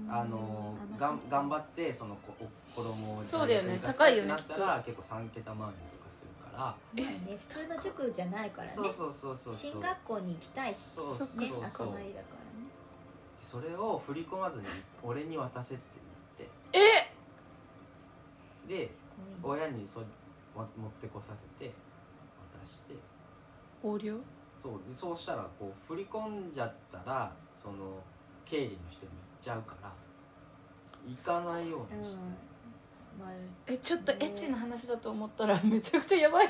[SPEAKER 2] ねあの
[SPEAKER 3] うん
[SPEAKER 2] が
[SPEAKER 3] あま
[SPEAKER 2] ん
[SPEAKER 3] あ
[SPEAKER 2] 頑張ってその子お子供を
[SPEAKER 1] そうだよね
[SPEAKER 2] 大学に
[SPEAKER 1] 高いよね
[SPEAKER 2] なったら結構3桁万円とかするか
[SPEAKER 3] まあね普通の塾じゃないかららね
[SPEAKER 2] そうそうそうそう
[SPEAKER 3] 進学校に行きたいね
[SPEAKER 2] そうそう
[SPEAKER 1] そっか
[SPEAKER 2] そう
[SPEAKER 3] 集ま
[SPEAKER 2] そう
[SPEAKER 3] りだか
[SPEAKER 2] それを振り込まずに俺に渡せって言っ
[SPEAKER 1] え
[SPEAKER 2] て
[SPEAKER 3] らね
[SPEAKER 2] です
[SPEAKER 3] ごいね
[SPEAKER 2] 親にそわ持ってこさせて渡して
[SPEAKER 1] 横領
[SPEAKER 2] そうでそうしたらこう振り込んじゃったらその経理の人に行っちゃうから行かないようにして、
[SPEAKER 3] うんまあ
[SPEAKER 1] えちょっとエッチな話だと思ったらめちゃくちゃやばい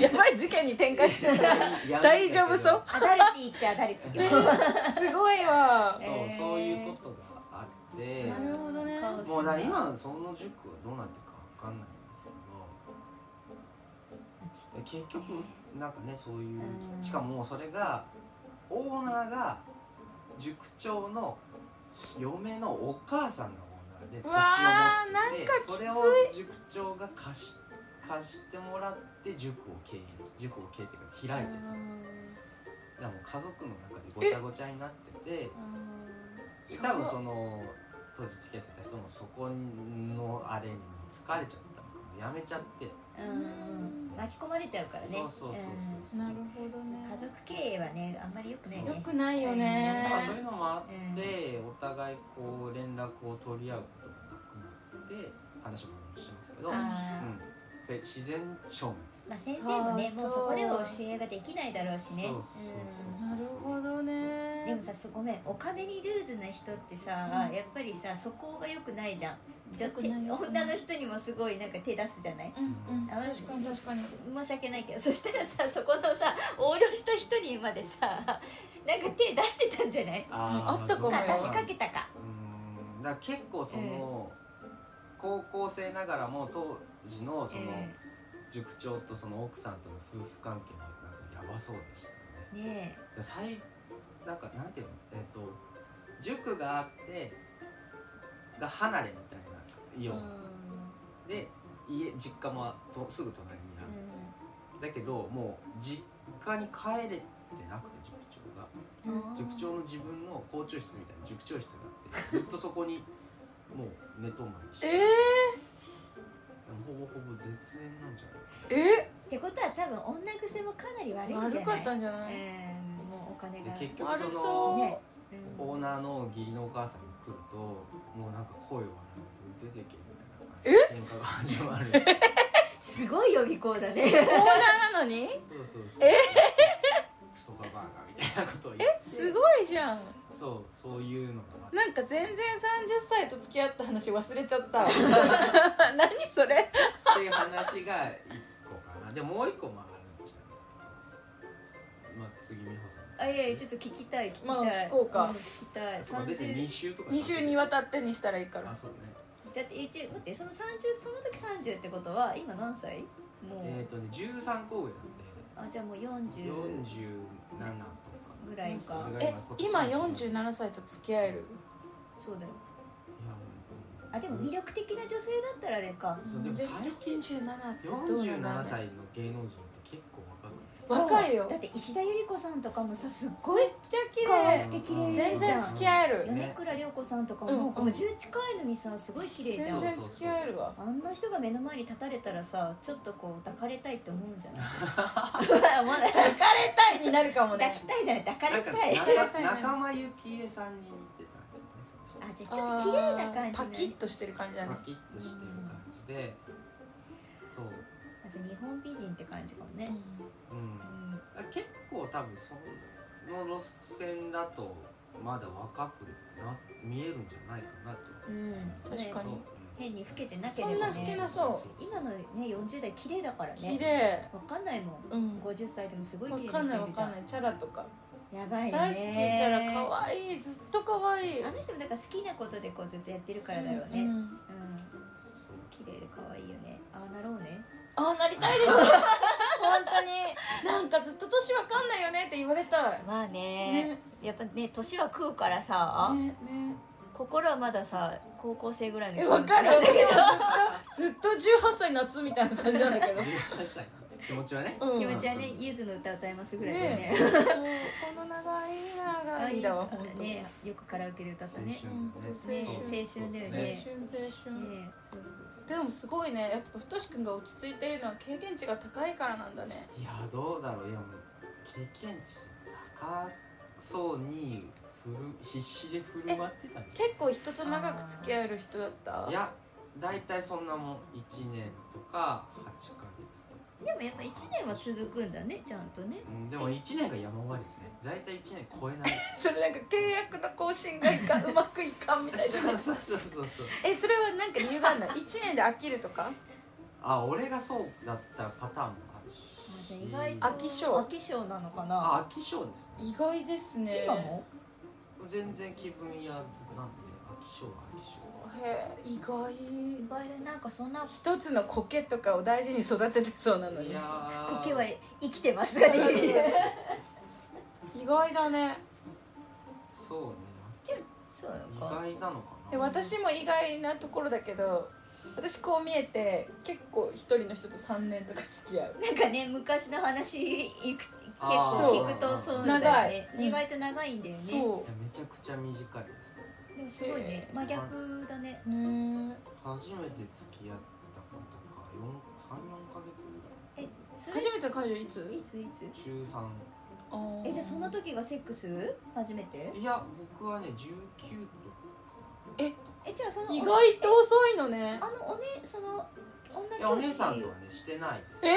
[SPEAKER 1] やばい事件に展開してた
[SPEAKER 2] やるんだけど
[SPEAKER 1] 大丈夫そう
[SPEAKER 3] アダルティーっちゃアダルティーよ
[SPEAKER 1] すごいわ
[SPEAKER 2] そう、
[SPEAKER 3] えー
[SPEAKER 2] そういうことがあって
[SPEAKER 1] なるほどね
[SPEAKER 3] カオス
[SPEAKER 2] もうだから今その塾はどうなってるかかんないんですけ
[SPEAKER 3] ち
[SPEAKER 2] ど結局なんかねそういう
[SPEAKER 3] うん
[SPEAKER 2] しかももうそれがオーナーが塾長の嫁のお母さんがオーナーで土地を
[SPEAKER 1] うわー
[SPEAKER 2] 持っ
[SPEAKER 1] な
[SPEAKER 2] て
[SPEAKER 1] んかき
[SPEAKER 2] て
[SPEAKER 1] つい
[SPEAKER 2] それを塾長が貸し貸してもらって塾を経営塾を経営っていうか開いてただからもう家族の中でごちゃごちゃになっててで多分その当時付き合ってた人もそこのあれにもう疲れちゃったのかもやめちゃって、
[SPEAKER 3] うん巻き込まれちゃうからね
[SPEAKER 2] そうそうそうそうそう、
[SPEAKER 1] なるほどね
[SPEAKER 3] うん家族経営はねあんまり良くない
[SPEAKER 1] よ
[SPEAKER 3] ね
[SPEAKER 1] くないよね
[SPEAKER 2] まあ、そういうのもあって、お互いこう連絡を取り合うこともなくなって話もしてますけど、うん、
[SPEAKER 3] あー
[SPEAKER 2] で自然消滅
[SPEAKER 3] まあ先生もね
[SPEAKER 1] あー
[SPEAKER 3] もうそこでは教えができないだろうしね
[SPEAKER 2] そうそうそう
[SPEAKER 1] なるほど
[SPEAKER 3] う
[SPEAKER 1] ね
[SPEAKER 3] んでもさそうごめんお金にルーズな人ってさ、
[SPEAKER 1] うん
[SPEAKER 3] やっぱりさそこが良くないじゃんちょ
[SPEAKER 1] 良
[SPEAKER 3] っと
[SPEAKER 1] くない良くない
[SPEAKER 3] 女の人にもすごいなんか手出すじゃない
[SPEAKER 1] うんうん
[SPEAKER 3] あ
[SPEAKER 1] 確かに確かに
[SPEAKER 3] 申し訳ないけど そしたらさそこのさ横領した人にまでさ なんか手出してたんじゃない
[SPEAKER 2] あー
[SPEAKER 1] あったかも
[SPEAKER 3] か
[SPEAKER 1] よ
[SPEAKER 3] 出しかけたか
[SPEAKER 2] うんだから結構その、高校生ながらも当時のその、
[SPEAKER 3] う
[SPEAKER 2] 塾長とその奥さんとの夫婦関係がなんかやばそうでしたよね
[SPEAKER 3] んね
[SPEAKER 2] で最なんかなんていうのえっ、と塾があってが離れみたいなイ
[SPEAKER 3] え
[SPEAKER 2] オ
[SPEAKER 3] う
[SPEAKER 2] ン
[SPEAKER 3] ん、
[SPEAKER 2] で家実家もとすぐ隣にあるんですよ、だけどもう実家に帰れてなくて塾長が
[SPEAKER 3] うん
[SPEAKER 2] 塾長の自分の校長室みたいな塾長室があ ってずっとそこにもう寝泊まりして
[SPEAKER 1] え
[SPEAKER 2] ほぼほぼ絶縁なんじゃない
[SPEAKER 1] ー、え
[SPEAKER 3] ってことは多分女癖もかなり悪いんじ
[SPEAKER 1] 悪
[SPEAKER 3] ゃ
[SPEAKER 1] か
[SPEAKER 3] な
[SPEAKER 1] っ
[SPEAKER 3] い
[SPEAKER 1] たんじゃない、
[SPEAKER 3] うんもうお金が
[SPEAKER 2] で結局
[SPEAKER 1] 悪
[SPEAKER 2] その
[SPEAKER 1] そう、
[SPEAKER 3] ねうん
[SPEAKER 2] オーナーの義理のお母さんに来るともうなんか声を荒げて出てけみたいな感じで喧嘩が始まる
[SPEAKER 3] すごい予備校だね
[SPEAKER 1] オーナーなのに
[SPEAKER 2] そうそうそうクソババアがみたいなことを言って
[SPEAKER 1] すごいじゃん
[SPEAKER 2] そうそういうのとか
[SPEAKER 1] なんか全然30歳と付き合った話忘れちゃった何それ
[SPEAKER 2] っていう話が1個か なでもう1個もあるんじゃないかなまあ次美穂さん
[SPEAKER 3] あいやいやちょっと聞きたい聞きたい、
[SPEAKER 1] まあ聞こうか
[SPEAKER 3] ん聞きたい
[SPEAKER 2] まあ別に2
[SPEAKER 3] 30
[SPEAKER 2] 週とか
[SPEAKER 1] 2週にわたってにしたらいいから
[SPEAKER 2] あそうね
[SPEAKER 3] だって一応待ってその30その時30ってことは今何歳もう、
[SPEAKER 2] えっ、とね13個上なん
[SPEAKER 3] あじゃあもう40
[SPEAKER 2] で47とか
[SPEAKER 3] ぐらいか
[SPEAKER 2] さすがに
[SPEAKER 1] え今
[SPEAKER 2] 今47
[SPEAKER 1] 47歳と付き合える
[SPEAKER 3] そうだよ
[SPEAKER 2] いやもう
[SPEAKER 3] あでも魅力的な女性だったらあれか
[SPEAKER 2] そうでも最近
[SPEAKER 1] 47ってどうなんだろ
[SPEAKER 2] 47
[SPEAKER 1] う
[SPEAKER 2] 歳の芸能人って結構若くない
[SPEAKER 1] 若いよ
[SPEAKER 3] そうだって石田ゆり子さんとかもさすっごい
[SPEAKER 1] めっち
[SPEAKER 3] 可
[SPEAKER 1] ゃ
[SPEAKER 3] 愛くて綺
[SPEAKER 2] う
[SPEAKER 3] 麗
[SPEAKER 2] ん
[SPEAKER 1] 綺麗
[SPEAKER 3] じゃ
[SPEAKER 1] 全
[SPEAKER 3] ん
[SPEAKER 1] 然付き合える
[SPEAKER 2] ね
[SPEAKER 3] 米倉涼子さんとかも
[SPEAKER 1] うん
[SPEAKER 3] もう50近いのにさすごい綺麗じゃ
[SPEAKER 1] 全
[SPEAKER 3] ん
[SPEAKER 1] 然付き合えるわ
[SPEAKER 3] あんな人が目の前に立たれたらさちょっとこう抱かれたいって思うんじゃな い思わない
[SPEAKER 1] 抱かれたいになるかも
[SPEAKER 3] 抱
[SPEAKER 1] ね
[SPEAKER 3] きたいじゃない抱
[SPEAKER 2] な
[SPEAKER 3] かれ
[SPEAKER 2] んか
[SPEAKER 3] たいあ
[SPEAKER 2] 仲仲間由紀恵さんに似てたんですよねその人
[SPEAKER 3] じゃあちょっと綺麗な感じ
[SPEAKER 1] あーパ
[SPEAKER 3] ね
[SPEAKER 1] キッとしてる感じだね
[SPEAKER 2] パキッとしてる感じでそうう
[SPEAKER 3] あじゃあ日本美人って感じかも
[SPEAKER 2] ん
[SPEAKER 3] ね、うん
[SPEAKER 2] 結構多分その路線だとまだ若くな見えるんじゃないかなと
[SPEAKER 3] うん
[SPEAKER 1] 確かに
[SPEAKER 2] うん
[SPEAKER 3] 変に老けてなけ
[SPEAKER 1] そ
[SPEAKER 3] れ
[SPEAKER 1] んな
[SPEAKER 3] ば
[SPEAKER 1] 老け
[SPEAKER 3] ね
[SPEAKER 1] なそう
[SPEAKER 3] 今のね40代綺麗だから
[SPEAKER 1] 綺
[SPEAKER 3] ね
[SPEAKER 1] 麗
[SPEAKER 3] わかんないもん
[SPEAKER 1] うん
[SPEAKER 3] 50歳でもすごい
[SPEAKER 1] わ
[SPEAKER 3] 綺麗
[SPEAKER 1] か
[SPEAKER 3] なん人
[SPEAKER 1] ない
[SPEAKER 3] い
[SPEAKER 1] わ
[SPEAKER 3] るじ
[SPEAKER 1] か
[SPEAKER 3] ゃ
[SPEAKER 1] ん
[SPEAKER 3] ん
[SPEAKER 1] ないチャラとか
[SPEAKER 3] やばいね
[SPEAKER 1] 大好きチャラ可愛いずっと可愛い
[SPEAKER 3] あの人もだから好きなことでこうずっとやってるからだよね、
[SPEAKER 1] う
[SPEAKER 3] うん
[SPEAKER 1] ん
[SPEAKER 3] 綺麗で可愛いよねああなろうね
[SPEAKER 1] あなりたいです本当になんかずっと年わかんないよねって言われたい
[SPEAKER 3] まあねやっぱね年は食うからさ、
[SPEAKER 1] ねね
[SPEAKER 3] 心はまださ高校生ぐらいの
[SPEAKER 1] え
[SPEAKER 3] 気
[SPEAKER 1] わ
[SPEAKER 3] 持ちな
[SPEAKER 1] か
[SPEAKER 3] ん
[SPEAKER 1] る
[SPEAKER 3] だけど
[SPEAKER 1] ずっと18歳夏みたいな感じなんだけど
[SPEAKER 2] 18歳気持ちはね
[SPEAKER 1] うん
[SPEAKER 3] 気持ちはねゆずの歌歌いますぐらいで
[SPEAKER 1] ね
[SPEAKER 3] ね
[SPEAKER 1] えこの長い長いだわ本当
[SPEAKER 3] ねよくカラオケで歌っ
[SPEAKER 2] 青
[SPEAKER 3] た
[SPEAKER 2] 春
[SPEAKER 3] ねね
[SPEAKER 1] ね
[SPEAKER 2] だよね
[SPEAKER 3] 青春だよ
[SPEAKER 1] 青
[SPEAKER 3] ね
[SPEAKER 1] 春青春
[SPEAKER 3] そうそうそう
[SPEAKER 1] でもすごいねやっぱ太くんが落ち着いてるのは経験値が高いからなんだね
[SPEAKER 2] いやどうだろういやもう経験値高そうにふる必死で振る舞ってたんじ
[SPEAKER 1] 結構人と長く付き合える人だった
[SPEAKER 2] ゃんいや大体そんなもん1年とか8ヶ月とか、
[SPEAKER 3] でもやっぱ1年は続くんだねちゃんとね
[SPEAKER 2] うん、でも1年が山場ですね大体1年超えない
[SPEAKER 1] それなんか契約の更新がいかうまくいかんみたい
[SPEAKER 2] そ
[SPEAKER 1] な
[SPEAKER 2] うそうそうそうそう
[SPEAKER 1] えそれはなんか理由があるの一年で飽きるとか
[SPEAKER 2] あ俺がそうだったパターンもあるし
[SPEAKER 3] あじゃあ意外
[SPEAKER 1] あ
[SPEAKER 3] と
[SPEAKER 1] 飽き性
[SPEAKER 3] 飽き性なのかな
[SPEAKER 2] あ飽き性ですね
[SPEAKER 1] 意外ですね
[SPEAKER 3] 今も
[SPEAKER 2] 全然気分屋なんで飽き性は飽き性
[SPEAKER 1] へえ意外
[SPEAKER 3] 意外でなんかそんな
[SPEAKER 1] 一つの苔とかを大事に育ててそうなの
[SPEAKER 2] い
[SPEAKER 1] に
[SPEAKER 2] やー
[SPEAKER 3] 苔は生きてますができる
[SPEAKER 1] 意外だね
[SPEAKER 2] そうね
[SPEAKER 3] そう
[SPEAKER 2] 意
[SPEAKER 3] か
[SPEAKER 2] 外なのか
[SPEAKER 1] で
[SPEAKER 2] な
[SPEAKER 1] 私も意外なところだけど私こう見えて結構一人の人と3年とか付き合う
[SPEAKER 3] なんかね昔の話いく結
[SPEAKER 2] あ
[SPEAKER 1] ー
[SPEAKER 3] 構聞くとそうだよね
[SPEAKER 1] 長いうん
[SPEAKER 3] 意外と長いんだよね
[SPEAKER 1] そ
[SPEAKER 2] いやめちゃくちゃ短いですね
[SPEAKER 3] でもすごいね
[SPEAKER 1] えー
[SPEAKER 3] 真逆だね
[SPEAKER 1] うね
[SPEAKER 2] 初めて付き合った子とか34ヶ月ぐらい
[SPEAKER 3] えそれ
[SPEAKER 1] 初めての彼女いつ
[SPEAKER 3] いついつ
[SPEAKER 2] 中3
[SPEAKER 1] あー
[SPEAKER 3] えじゃあその時がセックス初めて
[SPEAKER 2] いや僕はね19と
[SPEAKER 3] えじゃあその
[SPEAKER 1] 意外と遅いのね
[SPEAKER 3] あのおねその
[SPEAKER 2] いやお
[SPEAKER 3] 女教
[SPEAKER 2] 姉
[SPEAKER 3] 師
[SPEAKER 2] さんとはねしてないです
[SPEAKER 1] ええ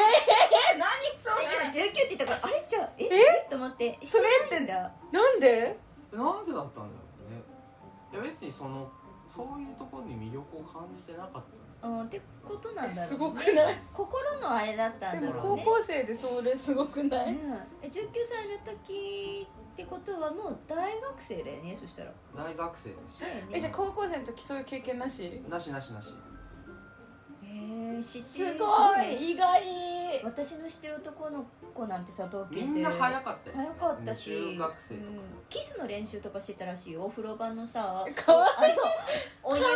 [SPEAKER 1] 何そ
[SPEAKER 3] え今19って言ったからあれじゃあええと思って
[SPEAKER 1] それって
[SPEAKER 3] してないんだ
[SPEAKER 1] なんで
[SPEAKER 2] なんでだったんだろうねいや別にそのそういうところに魅力を感じてなかった
[SPEAKER 3] うんってことなんだろう、ね、
[SPEAKER 1] すごくない
[SPEAKER 3] 心のあれだったん
[SPEAKER 1] で
[SPEAKER 3] だ
[SPEAKER 1] も
[SPEAKER 3] ろ
[SPEAKER 1] 高
[SPEAKER 3] うね
[SPEAKER 1] 校生でそれすごくない、
[SPEAKER 3] ねえ19歳の時ってことはもう大学生だよねそしたら
[SPEAKER 2] の大学生でした
[SPEAKER 3] だよ
[SPEAKER 1] えじゃ
[SPEAKER 3] ね
[SPEAKER 1] あ高校生の時そういう経験なし
[SPEAKER 2] なしなしなし
[SPEAKER 3] えー、知って
[SPEAKER 1] す
[SPEAKER 3] る
[SPEAKER 1] ご
[SPEAKER 3] すご
[SPEAKER 1] い意外
[SPEAKER 3] 私の知ってる男の子なんてさ同級
[SPEAKER 2] み
[SPEAKER 3] 生
[SPEAKER 2] んな早かったですね
[SPEAKER 3] 早かったし
[SPEAKER 2] 中学生と
[SPEAKER 3] う
[SPEAKER 2] か
[SPEAKER 3] ん、キスの練習とかしてたらしいよお風呂場 のさ
[SPEAKER 1] かわ
[SPEAKER 3] あのお湯と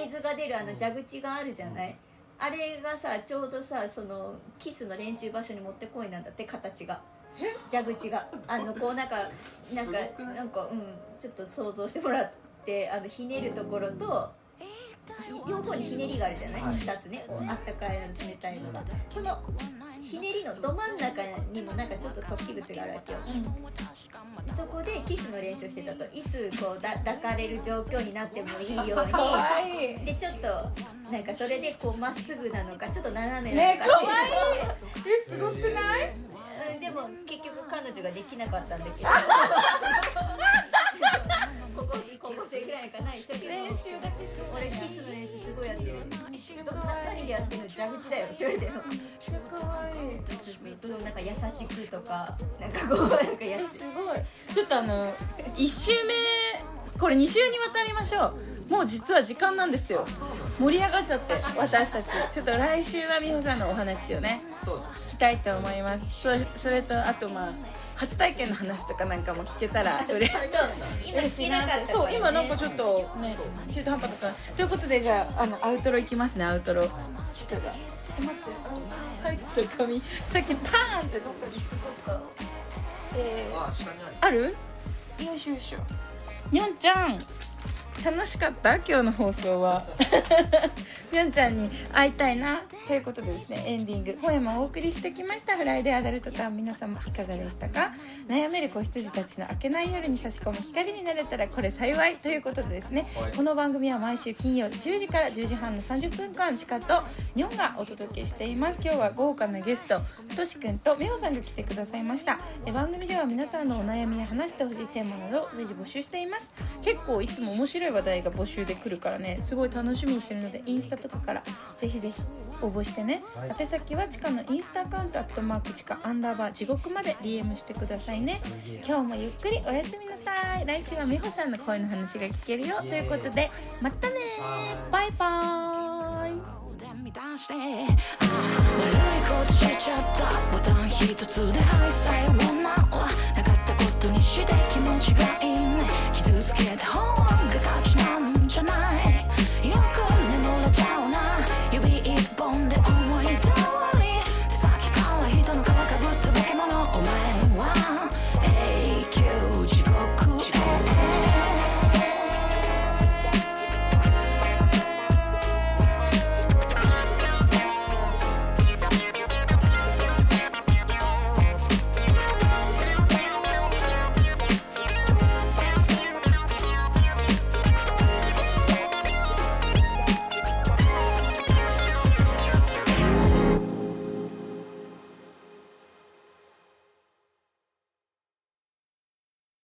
[SPEAKER 3] お水が出るあの蛇口があるじゃない、
[SPEAKER 2] うん
[SPEAKER 3] あれがさちょうどさそのキスの練習場所に持ってこいなんだって形が蛇口があのこうなんかなん
[SPEAKER 2] す
[SPEAKER 3] か
[SPEAKER 2] ごくない
[SPEAKER 3] なんかうんちょっと想像してもらってあのひねるところと両方にひねりがあるじゃない、
[SPEAKER 2] はい
[SPEAKER 3] 2つねあったかいのと冷たいのがそのひねりのど真ん中にもなんかちょっと突起口があるわけよ、そこでキスの練習してたといつこうだ抱かれる状況になってもいいよ
[SPEAKER 1] かわ
[SPEAKER 3] う
[SPEAKER 1] いい
[SPEAKER 3] にでちょっとなんかそれでこうまっすぐなのかちょっと斜めな
[SPEAKER 1] ね
[SPEAKER 3] のか
[SPEAKER 1] かわいいえすごくない、
[SPEAKER 3] うんでも結局彼女ができなかったんだけど ここ高校生ぐらいかな一生懸
[SPEAKER 1] 練
[SPEAKER 3] 命
[SPEAKER 1] 習だけして
[SPEAKER 3] 俺キスの練習すごいやってる
[SPEAKER 1] めっちゃ
[SPEAKER 3] ど
[SPEAKER 1] か
[SPEAKER 3] な
[SPEAKER 1] わい
[SPEAKER 3] 何
[SPEAKER 1] い
[SPEAKER 3] でやってるの蛇口だよって言われたよ
[SPEAKER 1] めっちゃかわいい
[SPEAKER 3] そうそうなんか優しくとかなんかこうなんかや
[SPEAKER 1] え
[SPEAKER 3] っ
[SPEAKER 1] すごいちょっとあの1周目これ2週にわたりましょうもう実は時間なんですよ
[SPEAKER 2] そうなの
[SPEAKER 1] 盛り上がっちゃって私たちちょっと来週は美穂さんのお話をね
[SPEAKER 2] そうだ
[SPEAKER 1] 聞きたいと思いますそそれとあとまあ初体験の話とかなんかも聞けたら嬉しい
[SPEAKER 3] そう
[SPEAKER 1] 嬉
[SPEAKER 3] 今聞
[SPEAKER 1] し
[SPEAKER 3] け
[SPEAKER 1] い
[SPEAKER 3] な
[SPEAKER 1] な
[SPEAKER 3] か
[SPEAKER 1] っ
[SPEAKER 3] ってた
[SPEAKER 1] そ
[SPEAKER 3] か
[SPEAKER 1] う
[SPEAKER 3] ら
[SPEAKER 1] 今なん
[SPEAKER 3] ね
[SPEAKER 1] かちょっとね中途半端だったなということでじゃああのアウトロ行きますねアウトロ人がえ待ってあ入ってた紙さっきパーンってどっかに引くとかえー、
[SPEAKER 2] あ下にある
[SPEAKER 1] あるよいしょよいしょにょんちゃん楽しかった今日の放送 はにょんちゃんに会いたいな ということでですねエンディングポエムをお送りしてきました「フライデーアダルトタウン」皆様いかがでしたか悩める子羊たちの明けない夜に差し込む光になれたらこれ幸いということでですね、
[SPEAKER 2] はい
[SPEAKER 1] この番組は毎週金曜10時から10時半の30分間地下とニョンがお届けしています今日は豪華なゲストふとしくんとみほさんが来てくださいましたえ番組では皆さんのお悩みや話してほしいテーマなどを随時募集しています結構いつも面白い話題が募集で来るからねすごい楽しみにしてるのでインスタとかからぜひぜひ応募してね、宛先は地下のインスタアカウントアットマーク地下アンダーバー地獄まで DM してくださいね今日もゆっくりおやすみなさい来週は美穂さんの声の話が聞けるよということでまたねーバイバーイ
[SPEAKER 4] 乱してあ悪いことしちゃったボタン一つで愛さえもななかったことにして気持ちがいいね傷つけた方が